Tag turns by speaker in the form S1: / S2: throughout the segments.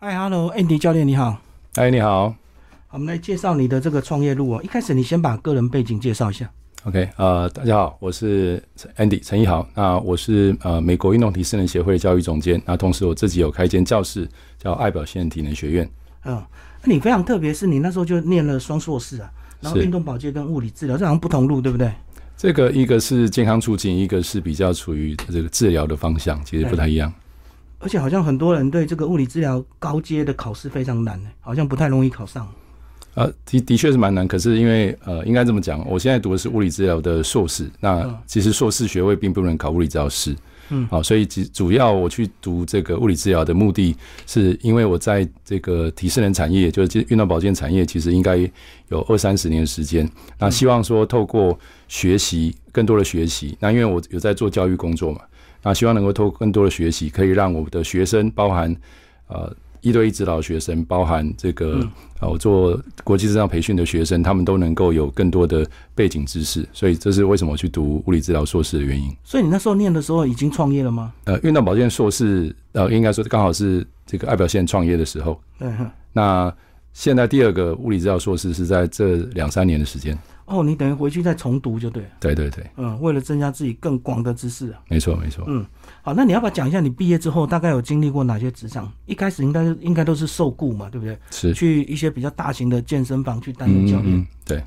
S1: 嗨，Hello，Andy 教练你好，
S2: 嗨，哎你好
S1: 好我们来介绍你的这个创业路哦。一开始你先把个人背景介绍一下。
S2: ，OK，呃，大家好，我是 Andy 陈一豪，那我是呃美国运动体适能协会教育总监，那同时我自己有开一间教室叫爱表现体能学院，
S1: 嗯，那你非常特别，是你那时候就念了双硕士啊，然后
S2: 是
S1: 运动保健跟物理治疗，这好像不同路，对不对？
S2: 这个一个是健康促进，一个是比较处于这个治疗的方向，其实不太一样。
S1: 而且好像很多人对这个物理治疗高阶的考试非常难，好像不太容易考上。
S2: 呃，的的确是蛮难，可是因为呃，应该这么讲，我现在读的是物理治疗的硕士，那
S1: 嗯
S2: 其实硕士学位并不能考物理治疗师，
S1: 嗯
S2: 好、所以其主要我去读这个物理治疗的目的，是因为我在这个体适能产业，就是运动保健产业，其实应该有二三十年的时间，
S1: 嗯
S2: 那希望说透过学习更多的学习，那因为我有在做教育工作嘛，那希望能够透过更多的学习，可以让我的学生，包含呃一对一指导学生，包含这个。
S1: 嗯
S2: 啊，我做国际治疗培训的学生，他们都能够有更多的背景知识，所以这是为什么我去读物理治疗硕士的原因。
S1: 所以你那时候念的时候已经创业了吗？
S2: 呃，运动保健硕士，呃，应该说刚好是这个爱表现创业的时候。
S1: 对。嗯哼
S2: 那现在第二个物理治疗硕士是在这两三年的时间。
S1: 哦，你等于回去再重读就对了。
S2: 对对对，
S1: 嗯，为了增加自己更广的知识啊。
S2: 没错没错。
S1: 好，那你要不要讲一下你毕业之后大概有经历过哪些职场？一开始应该应该都是受雇嘛，对不对？
S2: 是
S1: 去一些比较大型的健身房去担任教练。
S2: 嗯嗯对，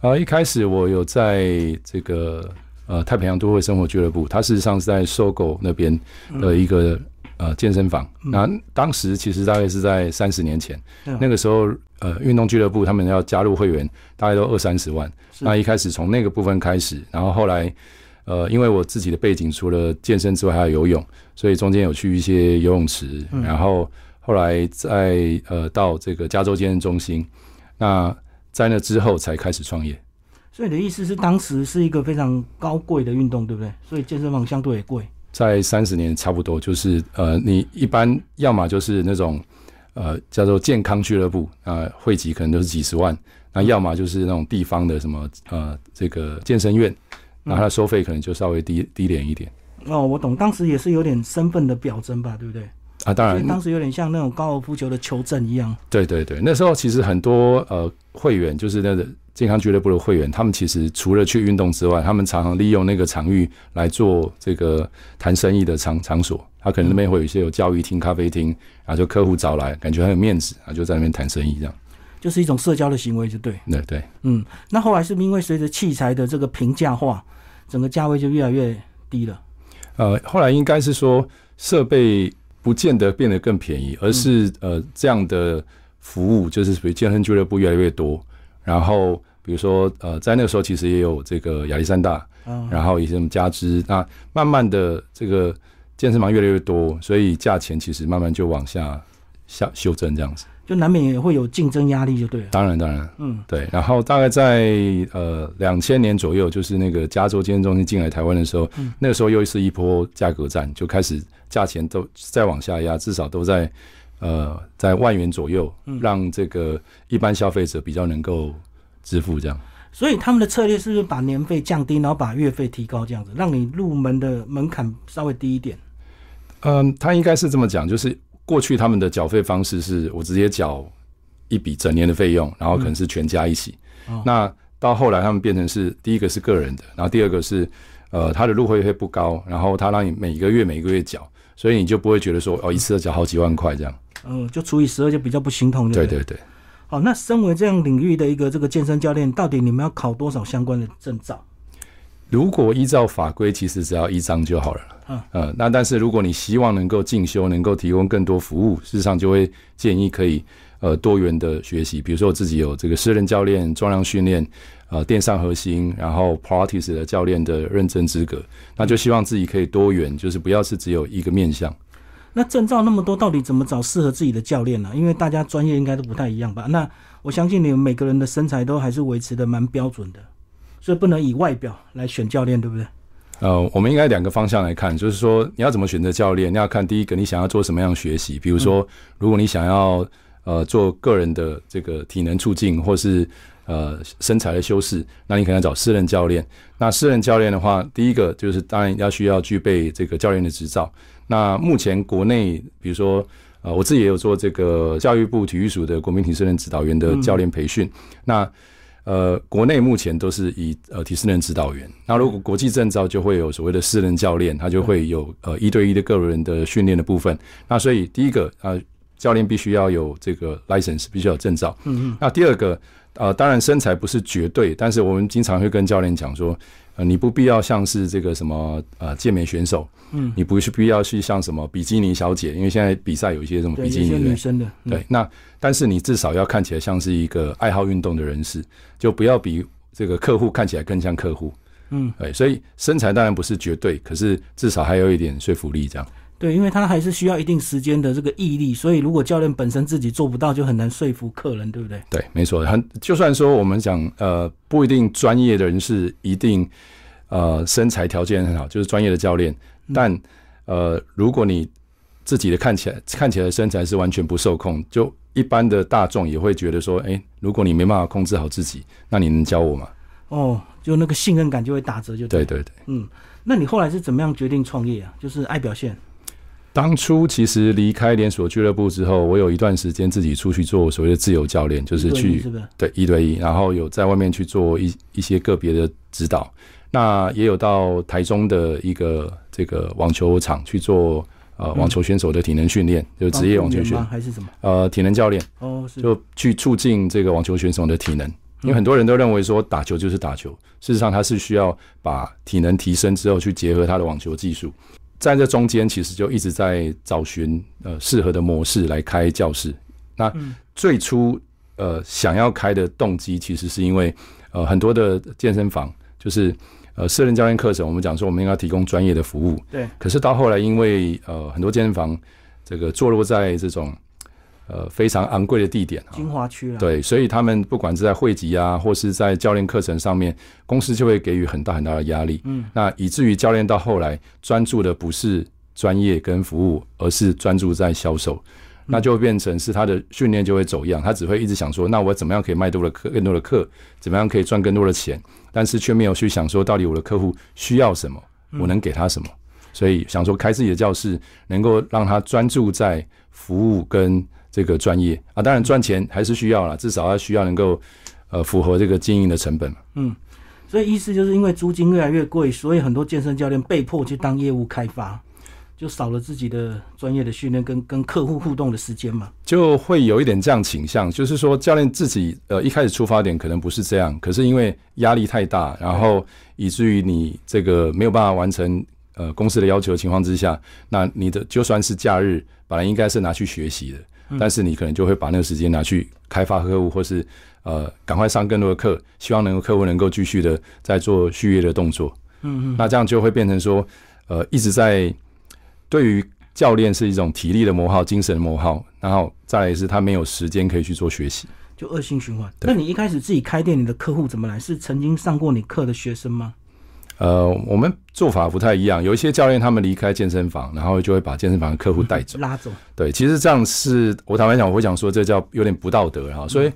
S2: 呃，一开始我有在这个呃太平洋都会生活俱乐部，它事实上是在搜狗那边
S1: 嗯
S2: 的一个、呃健身房。那当时其实大概是在三十年前，
S1: 对啊
S2: 那个时候呃运动俱乐部他们要加入会员，大概都二三十万。
S1: 是
S2: 那一开始从那个部分开始，然后后来。呃，因为我自己的背景除了健身之外，还有游泳，所以中间有去一些游泳池，
S1: 嗯
S2: 然后后来在呃到这个加州健身中心，那在那之后才开始创业。
S1: 所以你的意思是，当时是一个非常高贵的运动，对不对？所以健身房相对也贵。
S2: 在三十年差不多，就是呃，你一般要么就是那种呃叫做健康俱乐部啊、呃会籍可能都是几十万，那要么就是那种地方的什么呃这个健身院，那它的收费可能就稍微低低廉一点
S1: 哦，我懂，当时也是有点身份的表征吧，对不对？
S2: 啊。当
S1: 所以
S2: 然，
S1: 当时有点像那种高尔夫球的球证一样。
S2: 对对对，那时候其实很多呃会员就是那个健康俱乐部的会员，他们其实除了去运动之外，他们常常利用那个场域来做这个谈生意的场场所。他可能那边会有一些有教育厅、咖啡厅，然后就客户找来，感觉很有面子，然后就在那边谈生意这样。
S1: 就是一种社交的行为，就对。
S2: 对对，
S1: 嗯，那后来是不是因为随着器材的这个平价化，整个价位就越来越低了？
S2: 呃，后来应该是说设备不见得变得更便宜，而是呃这样的服务就是属于健身俱乐部越来越多，然后。比如说，呃，在那个时候其实也有这个亚历山大，
S1: 嗯，
S2: 然后一些什么加之，那慢慢的这个健身房越来越多，所以价钱其实慢慢就往下下修正这样子。
S1: 就难免也会有竞争压力，就对了。
S2: 当然，当然，
S1: 嗯，
S2: 对。然后大概在呃两千年左右，就是那个加州健身中心进来台湾的时候，
S1: 嗯
S2: 那个时候又是一波价格战，就开始价钱都再往下压，至少都在呃在万元左右，
S1: 嗯
S2: 让这个一般消费者比较能够支付这样。
S1: 所以他们的策略是不是把年费降低，然后把月费提高，这样子让你入门的门槛稍微低一点？
S2: 嗯，他应该是这么讲，就是过去他们的缴费方式是我直接缴一笔整年的费用，然后可能是全家一起。
S1: 哦
S2: 那到后来他们变成是第一个是个人的，然后第二个是呃他的入会费不高，然后他让你每个月每个月缴，所以你就不会觉得说哦一次要缴好几万块这样。
S1: 嗯，就除以十二就比较不心痛，
S2: 对
S1: 不对。
S2: 对对，
S1: 好，那身为这样领域的一个这个健身教练，到底你们要考多少相关的证照？
S2: 如果依照法规，其实只要一张就好了。
S1: 嗯
S2: 呃，那但是如果你希望能够进修，能够提供更多服务，事实上就会建议可以呃多元的学习，比如说我自己有这个私人教练、重量训练、呃电上核心，然后 Pilates 的教练的认证资格，那就希望自己可以多元，就是不要是只有一个面向。
S1: 那证照那么多，到底怎么找适合自己的教练呢、因为大家专业应该都不太一样吧？那我相信你们每个人的身材都还是维持的蛮标准的，所以不能以外表来选教练，对不对？
S2: 呃，我们应该两个方向来看，就是说你要怎么选择教练，你要看第一个你想要做什么样的学习，比如说如果你想要呃做个人的这个体能促进或是呃身材的修饰，那你可能要找私人教练。那私人教练的话，第一个就是当然要需要具备这个教练的执照。那目前国内比如说呃，我自己也有做这个教育部体育署的国民体适能指导员的教练培训。那呃，国内目前都是以呃体适能指导员，那如果国际证照就会有所谓的私人教练，他就会有呃一对一的个人的训练的部分。那所以第一个呃，教练必须要有这个 license，必须要有证照。嗯嗯。那第二个呃，当然身材不是绝对，但是我们经常会跟教练讲说，呃，你不必要像是这个什么呃健美选手，嗯，你不是必要去像什么比基尼小姐，因为现在比赛有一些什么
S1: 对，
S2: 比
S1: 有
S2: 基尼
S1: 些
S2: 的
S1: 女生的，嗯
S2: 对，那但是你至少要看起来像是一个爱好运动的人士，就不要比这个客户看起来更像客户。
S1: 嗯，
S2: 对，所以身材当然不是绝对，可是至少还有一点说服力。这样，
S1: 对，因为他还是需要一定时间的这个毅力，所以如果教练本身自己做不到，就很难说服客人，对不对？
S2: 对，没错。很，就算说我们讲，呃，不一定专业的人士一定，呃，身材条件很好，就是专业的教练，
S1: 嗯
S2: 但呃，如果你自己的看起来看起来的身材是完全不受控，就一般的大众也会觉得说，哎，如果你没办法控制好自己，那你能教我吗？
S1: 哦，就那个信任感就会打折，就对。
S2: 对对对。
S1: 嗯，那你后来是怎么样决定创业啊？就是爱表现，
S2: 当初其实离开连锁俱乐部之后，我有一段时间自己出去做所谓的自由教练，就是
S1: 一对一
S2: 去
S1: 是不是？
S2: 对一对一，然后有在外面去做一一些个别的指导，那也有到台中的一个这个网球场去做呃
S1: 嗯
S2: 网球选手的体能训练，就职业网球
S1: 当
S2: 选
S1: 吗？还是什么？
S2: 呃体能教练，
S1: 哦，是
S2: 就去促进这个网球选手的体能。因为很多人都认为说打球就是打球，事实上他是需要把体能提升之后去结合他的网球技术，在这中间其实就一直在找寻呃适合的模式来开教室。那最初呃想要开的动机，其实是因为呃很多的健身房就是呃私人教练课程，我们讲说我们应该提供专业的服务，
S1: 对，
S2: 可是到后来，因为呃很多健身房这个坐落在这种呃非常昂贵的地点啊，
S1: 金华区啦。，
S2: 对，所以他们不管是在会籍啊，或是在教练课程上面，公司就会给予很大很大的压力。
S1: 嗯，
S2: 那以至于教练到后来专注的不是专业跟服务，而是专注在销售。那就会变成是他的训练就会走样，他只会一直想说，那我怎么样可以卖多的课，更多的课，怎么样可以赚更多的钱，但是却没有去想说，到底我的客户需要什么，我能给他什么。所以想说开自己的教室，能够让他专注在服务跟这个专业啊，当然赚钱还是需要啦，至少他需要能够呃符合这个经营的成本嘛。
S1: 所以意思就是因为租金越来越贵，所以很多健身教练被迫去当业务开发，就少了自己的专业的训练跟跟客户互动的时间嘛。
S2: 就会有一点这样倾向，就是说教练自己呃一开始出发点可能不是这样，可是因为压力太大，然后以至于你这个没有办法完成呃公司的要求的情况之下，那你的就算是假日本来应该是拿去学习的，但是你可能就会把那个时间拿去开发客户，或是呃赶快上更多的课，希望能够客户能够继续的在做续约的动作。嗯嗯，那这样就会变成说呃一直在对于教练是一种体力的磨耗、精神的磨耗，然后再来是他没有时间可以去做学习。
S1: 就恶性循环。
S2: 对
S1: 那你一开始自己开店，你的客户怎么来？是曾经上过你课的学生吗？
S2: 呃，我们做法不太一样，有一些教练他们离开健身房，然后就会把健身房的客户带走。
S1: 拉走，
S2: 对，其实这样是我坦白讲，我会讲说这叫有点不道德哈。所以，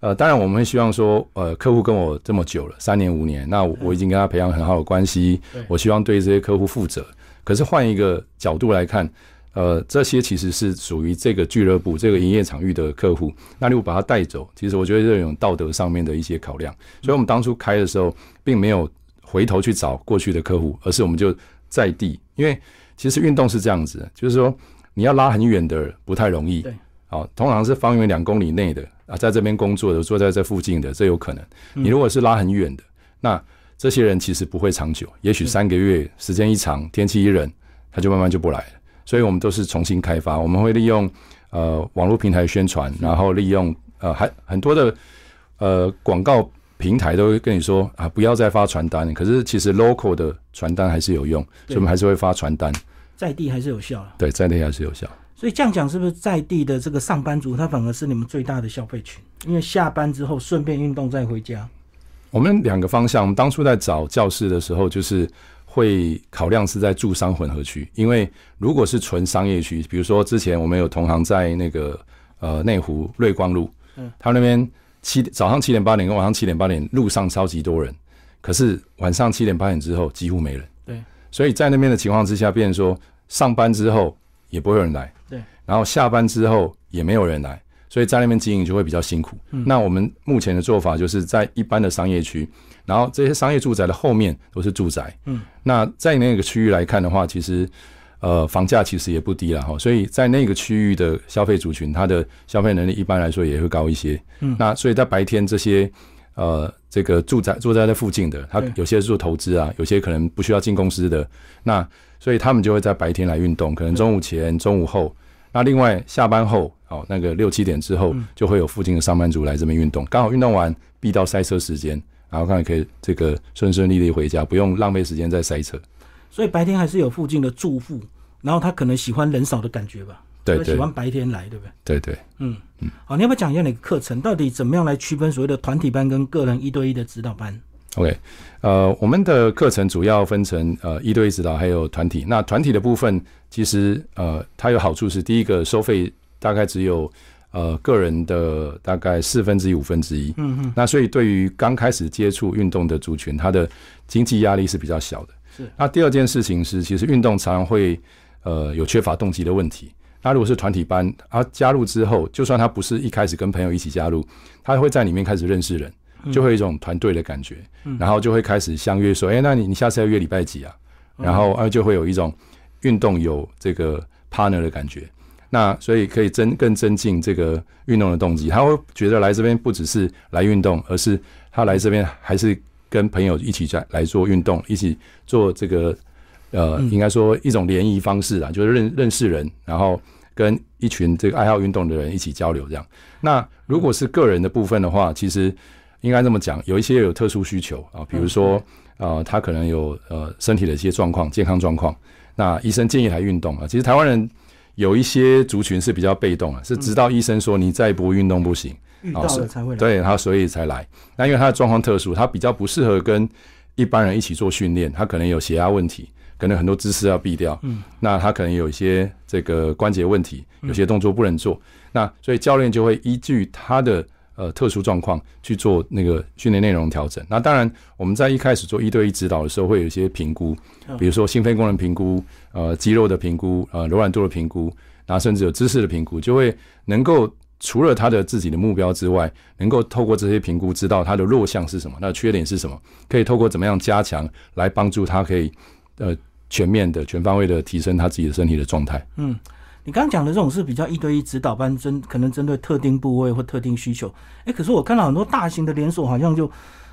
S2: 呃，当然我们会希望说，呃，客户跟我这么久了，三年五年，那我我已经跟他培养很好的关系
S1: 对，
S2: 我希望对这些客户负责。可是换一个角度来看，呃，这些其实是属于这个俱乐部、这个营业场域的客户。那如果把他带走，其实我觉得这种道德上面的一些考量。所以我们当初开的时候，并没有回头去找过去的客户，而是我们就在地，因为其实运动是这样子，就是说你要拉很远的不太容易
S1: 对，
S2: 好、通常是方圆两公里内的啊，在这边工作的，坐在这附近的，这有可能。你如果是拉很远的，那这些人其实不会长久，也许三个月时间一长，天气一冷，他就慢慢就不来了。所以我们都是重新开发，我们会利用呃网络平台宣传，然后利用呃还很多的呃广告平台都会跟你说啊，不要再发传单。可是其实 local 的传单还是有用，所以我们还是会发传单，
S1: 在地还是有效了。
S2: 对，在内还是有效。
S1: 所以这样讲，是不是在地的这个上班族，他反而是你们最大的消费群？因为下班之后顺便运动再回家。
S2: 我们两个方向，我们当初在找教室的时候，就是会考量是在住商混合区，因为如果是纯商业区，比如说之前我们有同行在那个呃内湖瑞光路，嗯，他们那边七早上七点八点跟晚上七点八点路上超级多人，可是晚上七点八点之后几乎没人，
S1: 对，
S2: 所以在那边的情况之下，变成说上班之后也不会有人来，
S1: 对，
S2: 然后下班之后也没有人来，所以在那边经营就会比较辛苦。
S1: 嗯
S2: 那我们目前的做法就是在一般的商业区，然后这些商业住宅的后面都是住宅。
S1: 嗯，
S2: 那在那个区域来看的话，其实呃房价其实也不低了哈，所以在那个区域的消费族群，它的消费能力一般来说也会高一些。
S1: 嗯
S2: 那所以在白天这些。呃，这个住宅住宅在附近的，他
S1: 对
S2: 有些是做投资啊，有些可能不需要进公司的，那所以他们就会在白天来运动，可能中午前、中午后。那另外下班后，哦，那个六七点之后，就会有附近的上班族来这边运动，刚好运动完避到塞车时间，然后看可以这个顺顺利利回家，不用浪费时间在塞车。
S1: 所以白天还是有附近的住户，然后他可能喜欢人少的感觉吧，
S2: 对
S1: 他
S2: 对
S1: 喜欢白天来，对不对？
S2: 对对，
S1: 嗯嗯，好，你要不要讲一下你的课程到底怎么样来区分所谓的团体班跟个人一对一的指导班？
S2: OK，呃，我们的课程主要分成呃一对一指导还有团体。那团体的部分，其实呃它有好处是，第一个收费大概只有呃个人的大概四分之一、五分之一。
S1: 嗯嗯，
S2: 那所以对于刚开始接触运动的族群，他的经济压力是比较小的。
S1: 是。
S2: 那第二件事情是，其实运动常常会呃有缺乏动机的问题。那如果是团体班，他加入之后，就算他不是一开始跟朋友一起加入，他会在里面开始认识人，
S1: 嗯
S2: 就会有一种团队的感觉，然后就会开始相约说，哎、那你你下次要约礼拜几啊？然后啊就会有一种运动有这个 partner 的感觉。那所以可以增更增进这个运动的动机，他会觉得来这边不只是来运动，而是他来这边还是跟朋友一起在来做运动，一起做这个呃，应该说一种联谊方式啊，就是认认识人，然后跟一群这个爱好运动的人一起交流这样。那如果是个人的部分的话，其实应该这么讲，有一些有特殊需求啊，比如说呃，他可能有呃身体的一些状况、健康状况，那医生建议来运动啊。其实台湾人有一些族群是比较被动啊，是直到医生说你再不运动不行，
S1: 遇到
S2: 哦是
S1: 了才会来。，
S2: 对，他所以才来。那因为他的状况特殊，他比较不适合跟一般人一起做训练，他可能有血压问题，可能很多姿势要避掉。嗯，那他可能有一些这个关节问题，有些动作不能做。那所以教练就会依据他的呃特殊状况去做那个训练内容调整。那当然，我们在一开始做一对一指导的时候，会有一些评估，
S1: 嗯
S2: 比如说心肺功能评估、呃肌肉的评估、呃柔软度的评估，然后甚至有姿势的评估，就会能够除了他的自己的目标之外，能够透过这些评估知道他的弱项是什么，他的缺点是什么，可以透过怎么样加强来帮助他可以呃全面的、全方位的提升他自己的身体的状态。
S1: 你刚刚讲的这种是比较一对一指导班，针可能针对特定部位或特定需求。哎，可是我看到很多大型的连锁好像就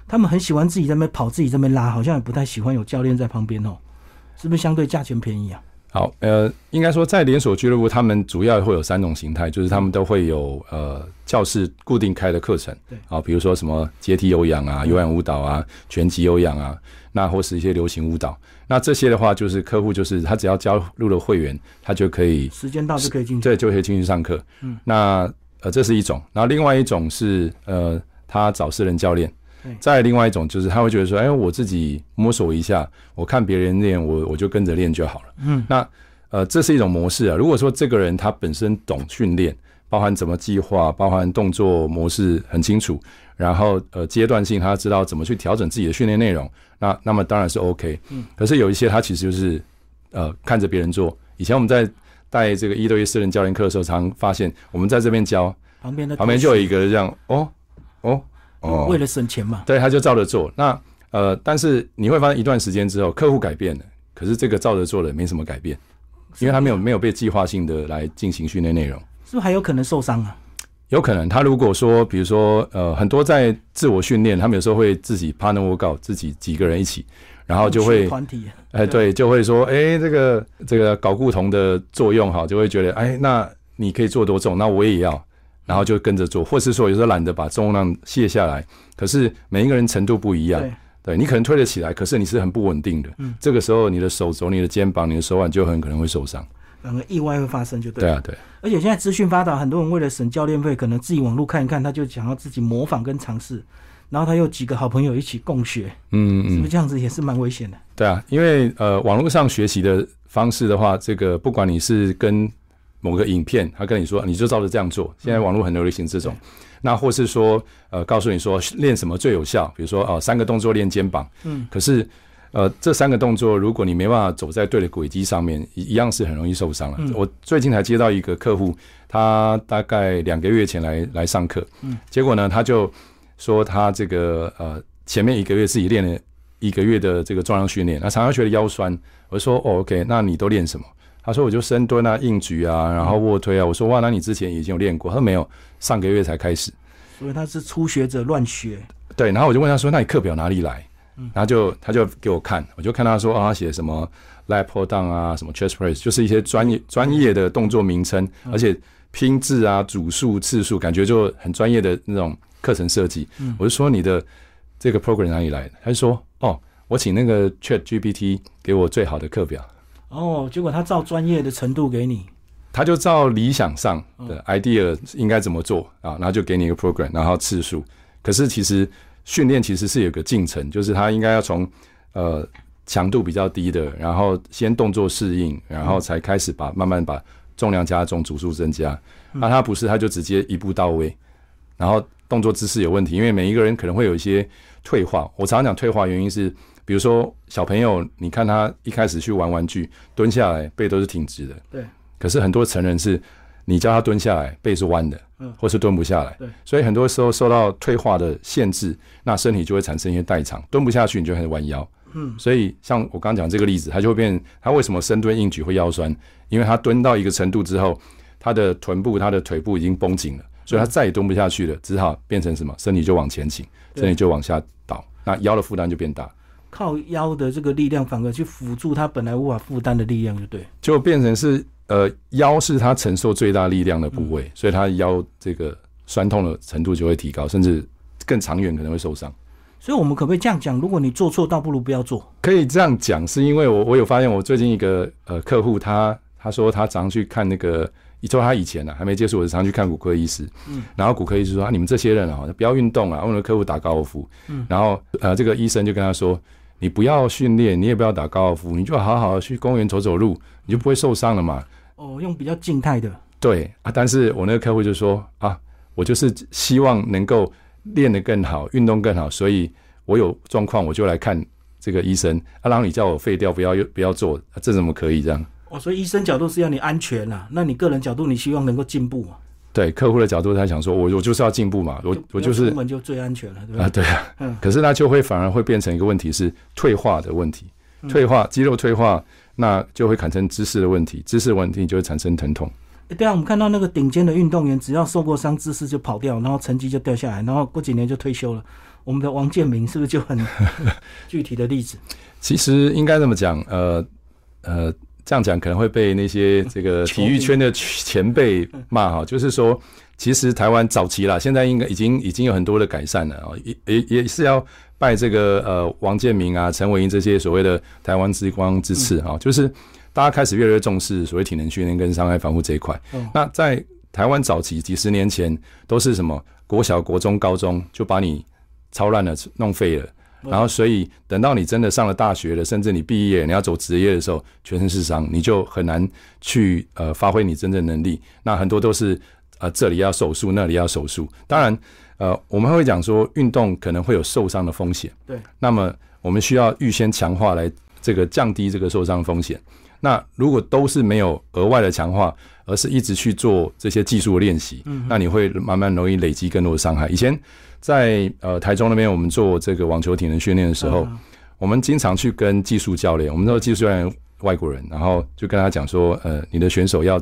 S1: 他们很喜欢自己在那边跑，自己在那边拉，好像也不太喜欢有教练在旁边哦，是不是相对价钱便宜啊？
S2: 好，呃，应该说在连锁俱乐部，他们主要会有三种形态，就是他们都会有呃教室固定开的课程，
S1: 对
S2: 啊，比如说什么阶梯有氧啊、有氧舞蹈啊、拳击有氧啊，那或是一些流行舞蹈，那这些的话，就是客户就是他只要加入了会员，他就可以
S1: 时间到就可以进去。
S2: 对，就可以进去上课。嗯，那呃，这是一种，然后另外一种是呃，他找私人教练
S1: 对。
S2: 再另外一种就是他会觉得说，哎，我自己摸索一下，我看别人练，我我就跟着练就好了。嗯，那呃，这是一种模式啊。如果说这个人他本身懂训练，包含怎么计划，包含动作模式很清楚，然后呃阶段性他知道怎么去调整自己的训练内容，那那么当然是 OK。嗯，可是有一些他其实就是呃看着别人做。以前我们在带这个一对一私人教练课的时候，常发现我们在这边教，
S1: 旁边的
S2: 旁边就有一个这样，哦，哦，哦
S1: 为，了省钱嘛，
S2: 对，他就照着做。那呃，但是你会发现一段时间之后，客户改变了，可是这个照着做的没什么改变，因为他没有没有被计划性的来进行训练内容。
S1: 是不是还有可能受伤啊？
S2: 有可能，他如果说，比如说，呃，很多在自我训练，他们有时候会自己 partner workout，自己几个人一起，然哦后就会
S1: 团体
S2: 哎，对，就会说，哎，这个这个睾固酮的作用哈，就会觉得，哎，那你可以做多重，那我也要，然后就跟着做，或是说有时候懒得把重量卸下来，可是每一个人程度不一样，
S1: 对嗯
S2: 对你可能推得起来，可是你是很不稳定的，这个时候你的手肘、你的肩膀、你的手腕就很可能会受伤，
S1: 反而意外会发生就对了。
S2: 对啊，
S1: 而
S2: 对，
S1: 且现在资讯发达，很多人为了省教练费，可能自己网络看一看，他就想要自己模仿跟尝试，然后他有几个好朋友一起共学，
S2: 嗯嗯
S1: 是不。是这样子也是蛮危险的？
S2: 对啊，因为呃，网络上学习的方式的话，这个不管你是跟某个影片，他跟你说你就照着这样做，现在网络很流行这种，那或是说呃，告诉你说练什么最有效，比如说哦、呃三个动作练肩膀，嗯，可是呃，这三个动作，如果你没办法走在对的轨迹上面，一一样是很容易受伤了。我最近才接到一个客户，他大概两个月前来来上课，嗯，结果呢，他就说他这个呃前面一个月自己练了一个月的这个重量训练，那常常觉得腰酸，我就说哦 OK，那你都练什么？他说我就深蹲啊、硬举啊，然后卧推啊。我说哇，那你之前已经有练过？他说没有，上个月才开始。
S1: 所以他是初学者乱学，
S2: 对，然后我就问他说：“那你课表哪里来？”然后就他就给我看，我就看他说啊，他写什么 lat pull down 啊，什么 chest press，就是一些专业专业的动作名称，而且拼字啊、组数、次数，感觉就很专业的那种课程设计。我就说你的这个 program 哪里来的？他就说哦，我请那个 Chat GPT 给我最好的课表，
S1: 哦，结果他照专业的程度给你，
S2: 他就照理想上的 idea 应该怎么做啊，然后就给你一个 program，然后次数。可是其实训练其实是有个进程，就是他应该要从呃强度比较低的，然后先动作适应，然后才开始把慢慢把重量加重、组数增加。那他不是，他就直接一步到位，然后动作姿势有问题，因为每一个人可能会有一些退化。我常常讲退化原因是，比如说小朋友，你看他一开始去玩玩具，蹲下来背都是挺直的，
S1: 对。
S2: 可是很多成人是，你叫他蹲下来，背是弯的，
S1: 嗯
S2: 或是蹲不下来，
S1: 对
S2: 所以很多时候受到退化的限制，那身体就会产生一些代偿，蹲不下去你就开始弯腰，嗯，所以像我刚讲这个例子，他就会变，他为什么深蹲硬举会腰酸？因为他蹲到一个程度之后，他的臀部、他的腿部已经绷紧了，
S1: 嗯
S2: 所以他再也蹲不下去了，只好变成什么？身体就往前倾，
S1: 对
S2: 身体就往下倒，那腰的负担就变大。
S1: 靠腰的这个力量反而去辅助他本来无法负担的力量，就对。
S2: 就变成是呃腰是他承受最大力量的部位，所以他腰这个酸痛的程度就会提高，甚至更长远可能会受伤。
S1: 所以我们可不可以这样讲？如果你做错，倒不如不要做。
S2: 可以这样讲，是因为我我有发现，我最近一个呃客户他他说他常去看那个，就他以前呢、啊、还没接触，我就常去看骨科医师。嗯，然后骨科医师说啊，你们这些人啊，不要运动啊，为了客户打高尔夫。嗯，然后呃这个医生就跟他说，你不要训练，你也不要打高尔夫，你就好好地去公园走走路，你就不会受伤了嘛。
S1: 哦，用比较静态的，
S2: 对啊，但是我那个客户就说啊，我就是希望能够练得更好，运动更好，所以我有状况我就来看这个医生。啊，然后你叫我废掉，不要不要做、啊这怎么可以这样？
S1: 哦，所以医生角度是要你安全啦、那你个人角度，你希望能够进步啊。
S2: 对客户的角度，他想说，我我就是要进步嘛，我
S1: 不
S2: 我
S1: 要
S2: 就是
S1: 出门就最安全了，对不
S2: 啊，
S1: 对？
S2: 对啊
S1: 嗯，
S2: 可是那就会反而会变成一个问题是退化的问题，
S1: 嗯
S2: 退化肌肉退化，那就会产生姿势的问题，姿势问题就会产生疼痛。
S1: 诶对啊，我们看到那个顶尖的运动员，只要受过伤，姿势就跑掉，然后成绩就掉下来，然后过几年就退休了。我们的王建民是不是就 很具体的例子？
S2: 其实应该这么讲，呃呃，这样讲可能会被那些这 个
S1: 球
S2: 体
S1: 迷
S2: 育圈的前辈 骂哈，就是说，其实台湾早期啦，现在应该已经已经有很多的改善了啊，也也也是要拜这个呃王建民啊、陈伟英这些所谓的台湾之光之赐
S1: 嗯
S2: 啊，就是大家开始越来越重视所谓体能训练跟伤害防护这一块
S1: 哦。
S2: 那在台湾早期几十年前都是什么国小、国中、高中就把你操烂了、弄废了。然后，所以等到你真的上了大学了，甚至你毕业，你要走职业的时候，全身是伤，你就很难去呃发挥你真正能力。那很多都是呃这里要手术，那里要手术。当然，呃，我们会讲说运动可能会有受伤的风险，
S1: 对，
S2: 那么我们需要预先强化来这个降低这个受伤风险。那如果都是没有额外的强化，而是一直去做这些技术的练习，那你会慢慢容易累积更多的伤害。以前在呃台中那边，我们做这个网球体能训练的时候，
S1: 嗯
S2: 我们经常去跟技术教练，我们那时候技术教练外国人，然后就跟他讲说，呃，你的选手要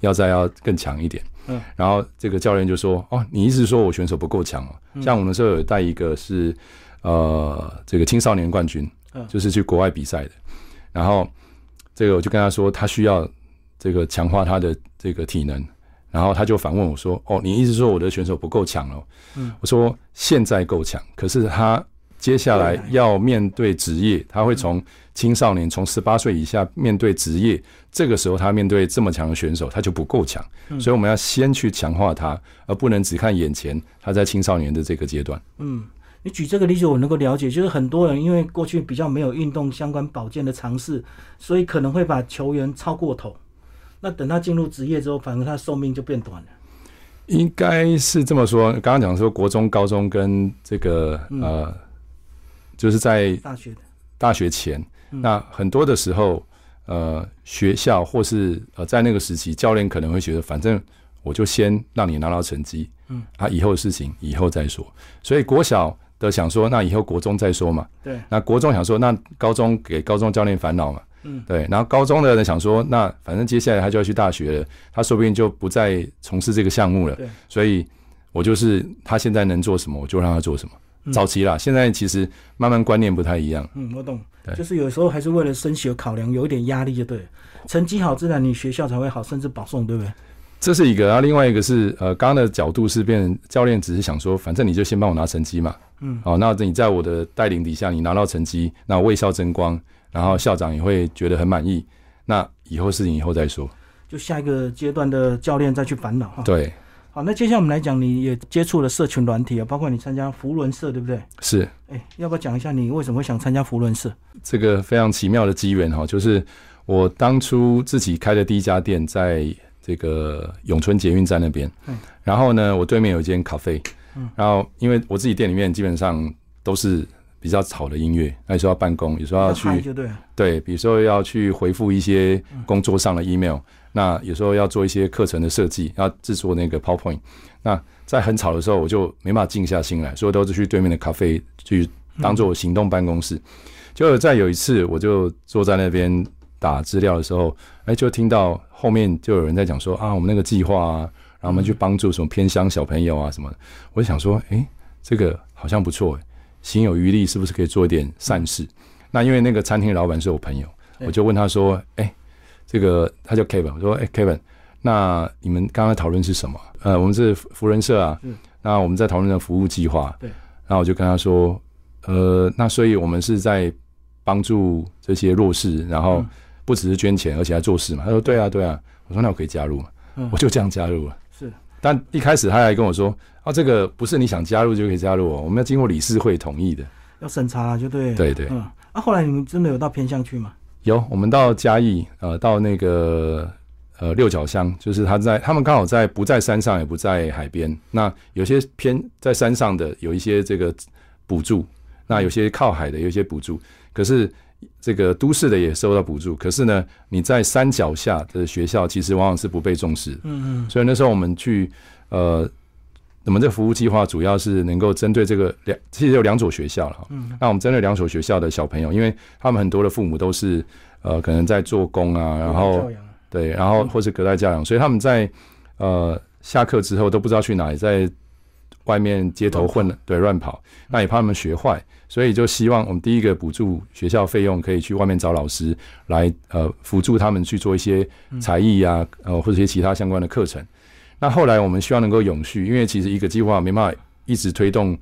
S2: 要再要更强一点。
S1: 嗯，
S2: 然后这个教练就说，哦，你一直说我选手不够强
S1: 嗯
S2: 哦。像我们那时候有带一个是呃这个青少年冠军
S1: 嗯，
S2: 就是去国外比赛的，然后这个我就跟他说，他需要这个强化他的这个体能。然后他就反问我说：“哦，你一直说我的选手不够强哦。”
S1: 嗯，
S2: 我说现在够强，可是他接下来要面对职业，他会从青少年从十八岁以下面对职业，这个时候他面对这么强的选手，他就不够强，所以我们要先去强化他，而不能只看眼前他在青少年的这个阶段。
S1: 嗯，你举这个例子，我能够了解，就是很多人因为过去比较没有运动相关保健的尝试，所以可能会把球员超过头。那等他进入职业之后，反而他寿命就变短了。
S2: 应该是这么说，刚刚讲说国中、高中跟这个呃，就是在
S1: 大学的
S2: 大学前，
S1: 嗯
S2: 那很多的时候，呃，学校或是呃在那个时期，教练可能会觉得，反正我就先让你拿到成绩，嗯，啊，以后的事情以后再说。所以国小的想说，那以后国中再说嘛，
S1: 对，
S2: 那国中想说，那高中给高中教练烦恼嘛，
S1: 嗯，
S2: 对。然后高中的人想说，那反正接下来他就要去大学了，他说不定就不再从事这个项目了
S1: 对。
S2: 所以，我就是他现在能做什么，我就让他做什么。早期啦，现在其实慢慢观念不太一样。
S1: 嗯，我懂，
S2: 对
S1: 就是有时候还是为了升学考量，有一点压力就对了。成绩好，自然你学校才会好，甚至保送，对不对？
S2: 这是一个，然后另外一个是，呃，刚刚的角度是变成教练只是想说，反正你就先帮我拿成绩嘛，
S1: 嗯，
S2: 哦，那你在我的带领底下，你拿到成绩，那为校争光，然后校长也会觉得很满意，那以后事情以后再说，
S1: 就下一个阶段的教练再去烦恼哈。
S2: 对，
S1: 好，那接下来我们来讲，你也接触了社群软体啊，包括你参加福伦社，对不对？
S2: 是
S1: 哎，要不要讲一下你为什么会想参加福伦社？
S2: 这个非常奇妙的机缘哈、哦，就是我当初自己开的第一家店在这个永春捷运站那边，
S1: 嗯
S2: 然后呢，我对面有一间咖啡，
S1: 嗯
S2: 然后因为我自己店里面基本上都是比较吵的音乐，那有时候要办公，有时候要啊去
S1: 嗨就对了，
S2: 对，比如说要去回复一些工作上的 email，、那有时候要做一些课程的设计，要制作那个 PowerPoint。那在很吵的时候，我就没办法静下心来，所以都是去对面的咖啡去当做行动办公室。结果在有一次，我就坐在那边打资料的时候，哎，就听到后面就有人在讲说啊，我们那个计划啊，然后我们去帮助什么偏乡小朋友啊什么的。我就想说，哎，这个好像不错，行有余力，是不是可以做一点善事？那因为那个餐厅的老板是我朋友，
S1: 对
S2: 我就问他说：“哎、这个他叫 Kevin，我说：哎、k e v i n 那你们刚刚讨论是什么？呃，我们是福人社啊
S1: 嗯，
S2: 那我们在讨论的服务计划。
S1: 对，
S2: 那我就跟他说：呃，那所以我们是在帮助这些弱势，然后
S1: 嗯
S2: 不只是捐钱，而且还做事嘛。他说：对啊，对啊。我说：那我可以加入嘛？
S1: 嗯
S2: 我就这样加入了。”
S1: 是
S2: 但一开始他还跟我说：“啊，这个不是你想加入就可以加入哦，我们要经过理事会同意的。
S1: 要审查啊，就对”了。
S2: 对对，
S1: 嗯，啊，后来你们真的有到偏向去吗？
S2: 有，我们到嘉义，呃，到那个呃六角乡，就是他在他们刚好在不在山上，也不在海边。那有些偏在山上的，有一些这个补助，那有些靠海的，有一些补助。可是这个都市的也收到补助，可是呢，你在山脚下的学校其实往往是不被重视的。
S1: 嗯嗯，
S2: 所以那时候我们去呃，我们这服务计划主要是能够针对这个两，其实有两所学校了。
S1: 嗯，
S2: 那我们针对两所学校的小朋友，因为他们很多的父母都是呃，可能在做工啊，然
S1: 有
S2: 后
S1: 教养啊
S2: 对，然后或是隔代教养，所以他们在呃下课之后都不知道去哪里，在外面街头混了，对，乱跑。那也怕他们学坏，所以就希望我们第一个补助学校费用，可以去外面找老师来呃辅助他们去做一些才艺啊，呃或者一些其他相关的课程。那后来我们希望能够永续，因为其实一个计划没办法一直推动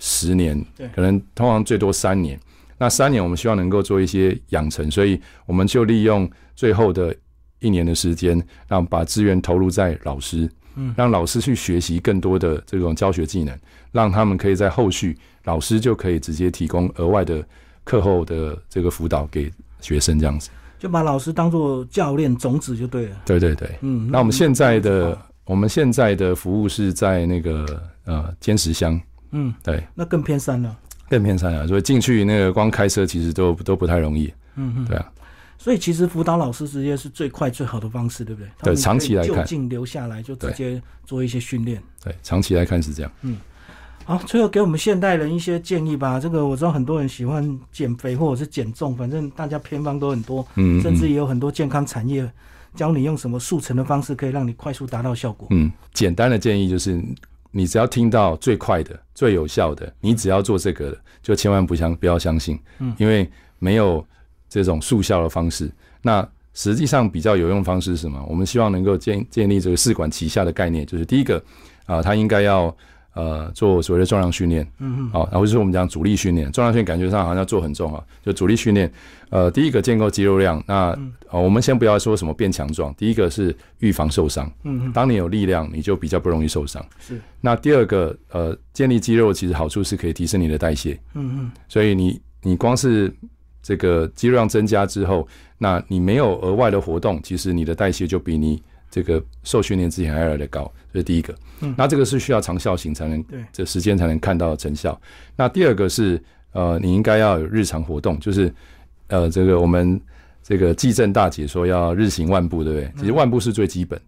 S2: 十年
S1: 对，
S2: 可能通常最多三年。那三年我们希望能够做一些养成，所以我们就利用最后的一年的时间，让把资源投入在老师，
S1: 嗯
S2: 让老师去学习更多的这种教学技能，让他们可以在后续，老师就可以直接提供额外的课后的这个辅导给学生这样子。
S1: 就把老师当做教练种子就对了。
S2: 对对对。
S1: 嗯，
S2: 那我们现在的
S1: 哦
S2: 我们现在的服务是在那个呃坚石乡，
S1: 嗯，
S2: 对，
S1: 那更偏山了。
S2: 更偏山啊，所以进去那个光开车其实都都不太容易。
S1: 嗯嗯，
S2: 对啊。
S1: 所以其实辅导老师直接是最快最好的方式，对不对？他们可以
S2: 长期来看
S1: 就近留下来就直接做一些训练。
S2: 对，长期来看是这样。
S1: 好，最后给我们现代人一些建议吧。这个我知道很多人喜欢减肥或者是减重，反正大家偏方都很多，
S2: 嗯，
S1: 甚至
S2: 嗯
S1: 也有很多健康产业教你用什么速成的方式可以让你快速达到效果。
S2: 嗯，简单的建议就是，你只要听到最快的、最有效的，你只要做这个的，就千万不相不要相信，
S1: 嗯
S2: 因为没有这种速效的方式。那实际上比较有用的方式是什么？我们希望能够建建立这个试管旗下的概念，就是第一个啊、它应该要呃做所谓的重量训练，啊
S1: 嗯嗯
S2: 好、然后就是我们讲阻力训练，重量训练感觉上好像做很重啊，就阻力训练，呃，第一个建构肌肉量，那、
S1: 嗯
S2: 呃我们先不要说什么变强壮，第一个是预防受伤，
S1: 嗯嗯，
S2: 当你有力量，你就比较不容易受伤。
S1: 是，
S2: 那第二个，呃，建立肌肉其实好处是可以提升你的代谢，
S1: 嗯嗯
S2: 所以你你光是这个肌肉量增加之后，那你没有额外的活动，其实你的代谢就比你这个受训练之前还要来得高，这是第一个
S1: 嗯。
S2: 那这个是需要长效型才能
S1: 对
S2: 这时间才能看到成效。那第二个是呃，你应该要有日常活动，就是呃，这个我们这个季正大姐说要日行万步，
S1: 嗯
S2: 对不对？其实万步是最基本。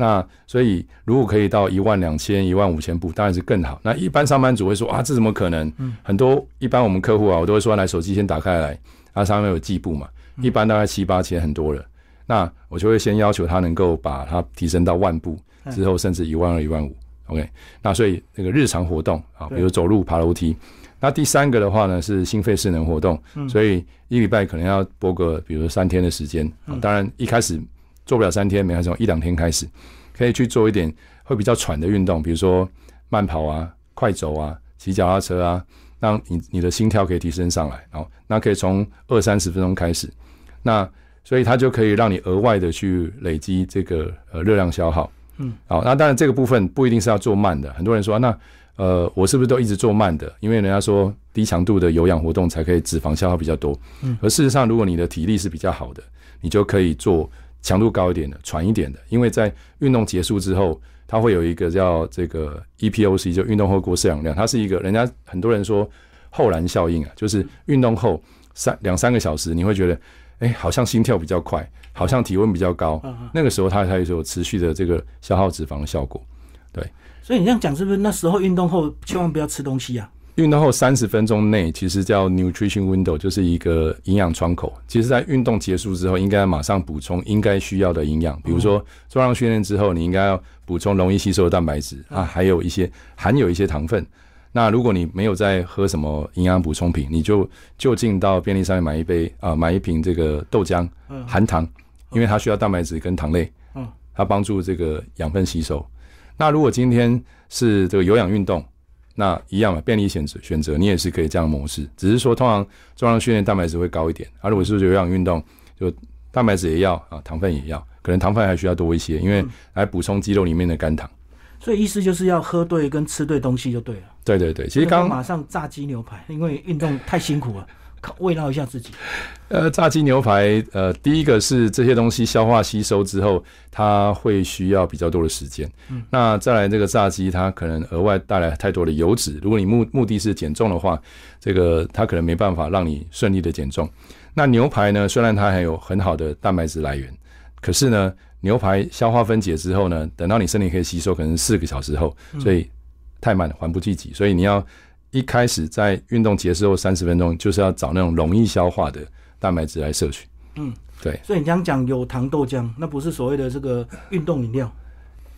S2: 那所以如果可以到一万两千、一万五千步，当然是更好。那一般上班族会说啊，这怎么可能？很多一般我们客户啊，我都会说来手机先打开来，它上面有计步嘛，一般大概七八千很多了。那我就会先要求他能够把它提升到万步，之后甚至一万二、一万五。OK，那所以那个日常活动啊，比如走路、爬楼梯。那第三个的话呢，是心肺势能活动，所以一礼拜可能要播个，比如说三天的时间、啊当然一开始做不了三天，没关系，从一两天开始，可以去做一点会比较喘的运动，比如说慢跑啊、快走啊、骑脚踏车啊，让你你的心跳可以提升上来。然后，那可以从二三十分钟开始，那所以它就可以让你额外的去累积这个呃热量消耗。
S1: 嗯，
S2: 好，那当然这个部分不一定是要做慢的，很多人说、啊那呃，我是不是都一直做慢的？因为人家说低强度的有氧活动才可以脂肪消耗比较多。
S1: 嗯，
S2: 而事实上，如果你的体力是比较好的，你就可以做强度高一点的、喘一点的，因为在运动结束之后，它会有一个叫这个 E EPOC，就运动后过摄氧量，它是一个人家很多人说后燃效应啊，就是运动后三两三个小时，你会觉得，哎，好像心跳比较快，好像体温比较高，那个时候它才有持续的这个消耗脂肪的效果。
S1: 所以你这样讲，是不是那时候运动后千万不要吃东西啊？
S2: 运动后三十分钟内，其实叫 nutrition window，就是一个营养窗口。其实，在运动结束之后，应该马上补充应该需要的营养，比如说重量训练之后，你应该要补充容易吸收的蛋白质啊，还有一些含有一些糖分。那如果你没有在喝什么营养补充品，你就就近到便利商店买一杯啊、买一瓶这个豆浆，含糖，因为它需要蛋白质跟糖类
S1: 嗯，
S2: 它帮助这个养分吸收。那如果今天是这个有氧运动，那一样嘛，便利选择选择，你也是可以这样的模式，只是说通常重量训练蛋白质会高一点，而、啊、如果是有氧运动，就蛋白质也要啊，糖分也要，可能糖分还需要多一些，因为来补充肌肉里面的肝糖。
S1: 所以意思就是要喝对跟吃对东西就对了。
S2: 对对对，其实
S1: 不能
S2: 刚
S1: 马上炸鸡牛排，因为运动太辛 苦了，靠慰劳一下自己。
S2: 呃，炸鸡牛排，呃，第一个是这些东西消化吸收之后，它会需要比较多的时间。嗯，那再来这个炸鸡，它可能额外带来太多的油脂。如果你目目的是减重的话，这个它可能没办法让你顺利的减重。那牛排呢，虽然它还有很好的蛋白质来源，可是呢，牛排消化分解之后呢，等到你身体可以吸收，可能四个小时后，所以太慢了，缓不济急。所以你要一开始在运动结束后三十分钟，就是要找那种容易消化的。蛋白质来摄取。
S1: 所以你这样讲有糖豆浆，那不是所谓的这个运动饮料。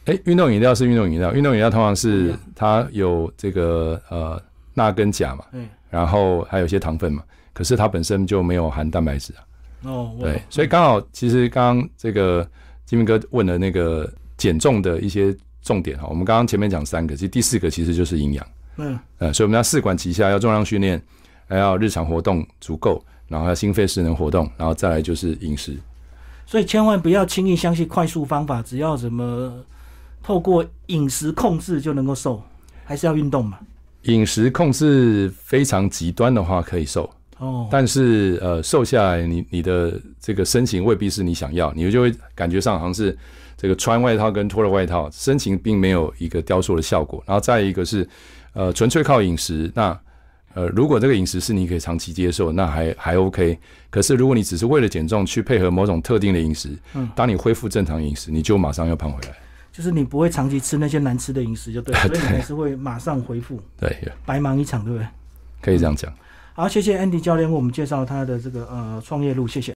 S2: 哎，运动饮料是运动饮料，运动饮料通常是它有这个呃钠跟钾嘛，
S1: 嗯，
S2: 然后还有一些糖分嘛，可是它本身就没有含蛋白质啊。
S1: 哦，我
S2: 对，所以刚好其实刚刚这个金明哥问的那个减重的一些重点哈，我们刚刚前面讲三个，其实第四个其实就是营养。
S1: 嗯，
S2: 呃，所以我们要四管齐下，要重量训练，还要日常活动足够，然后要心肺势能活动，然后再来就是饮食。
S1: 所以千万不要轻易相信快速方法，只要怎么透过饮食控制就能够瘦，还是要运动嘛。
S2: 饮食控制非常极端的话，可以瘦。
S1: 哦，
S2: 但是呃，瘦下来你你的这个身形未必是你想要，你就会感觉上好像是这个穿外套跟脱了外套，身形并没有一个雕塑的效果。然后再一个是呃，纯粹靠饮食，那呃，如果这个饮食是你可以长期接受，那还还 OK。可是如果你只是为了减重去配合某种特定的饮食，当你恢复正常饮食，你就马上要胖回来。
S1: 就是你不会长期吃那些难吃的饮食就对了，所以你还是会马上恢复，
S2: 对，
S1: 白忙一场，对不对？
S2: 可以这样讲。
S1: 好，谢谢 Andy 教练为我们介绍他的这个呃创业路，谢谢。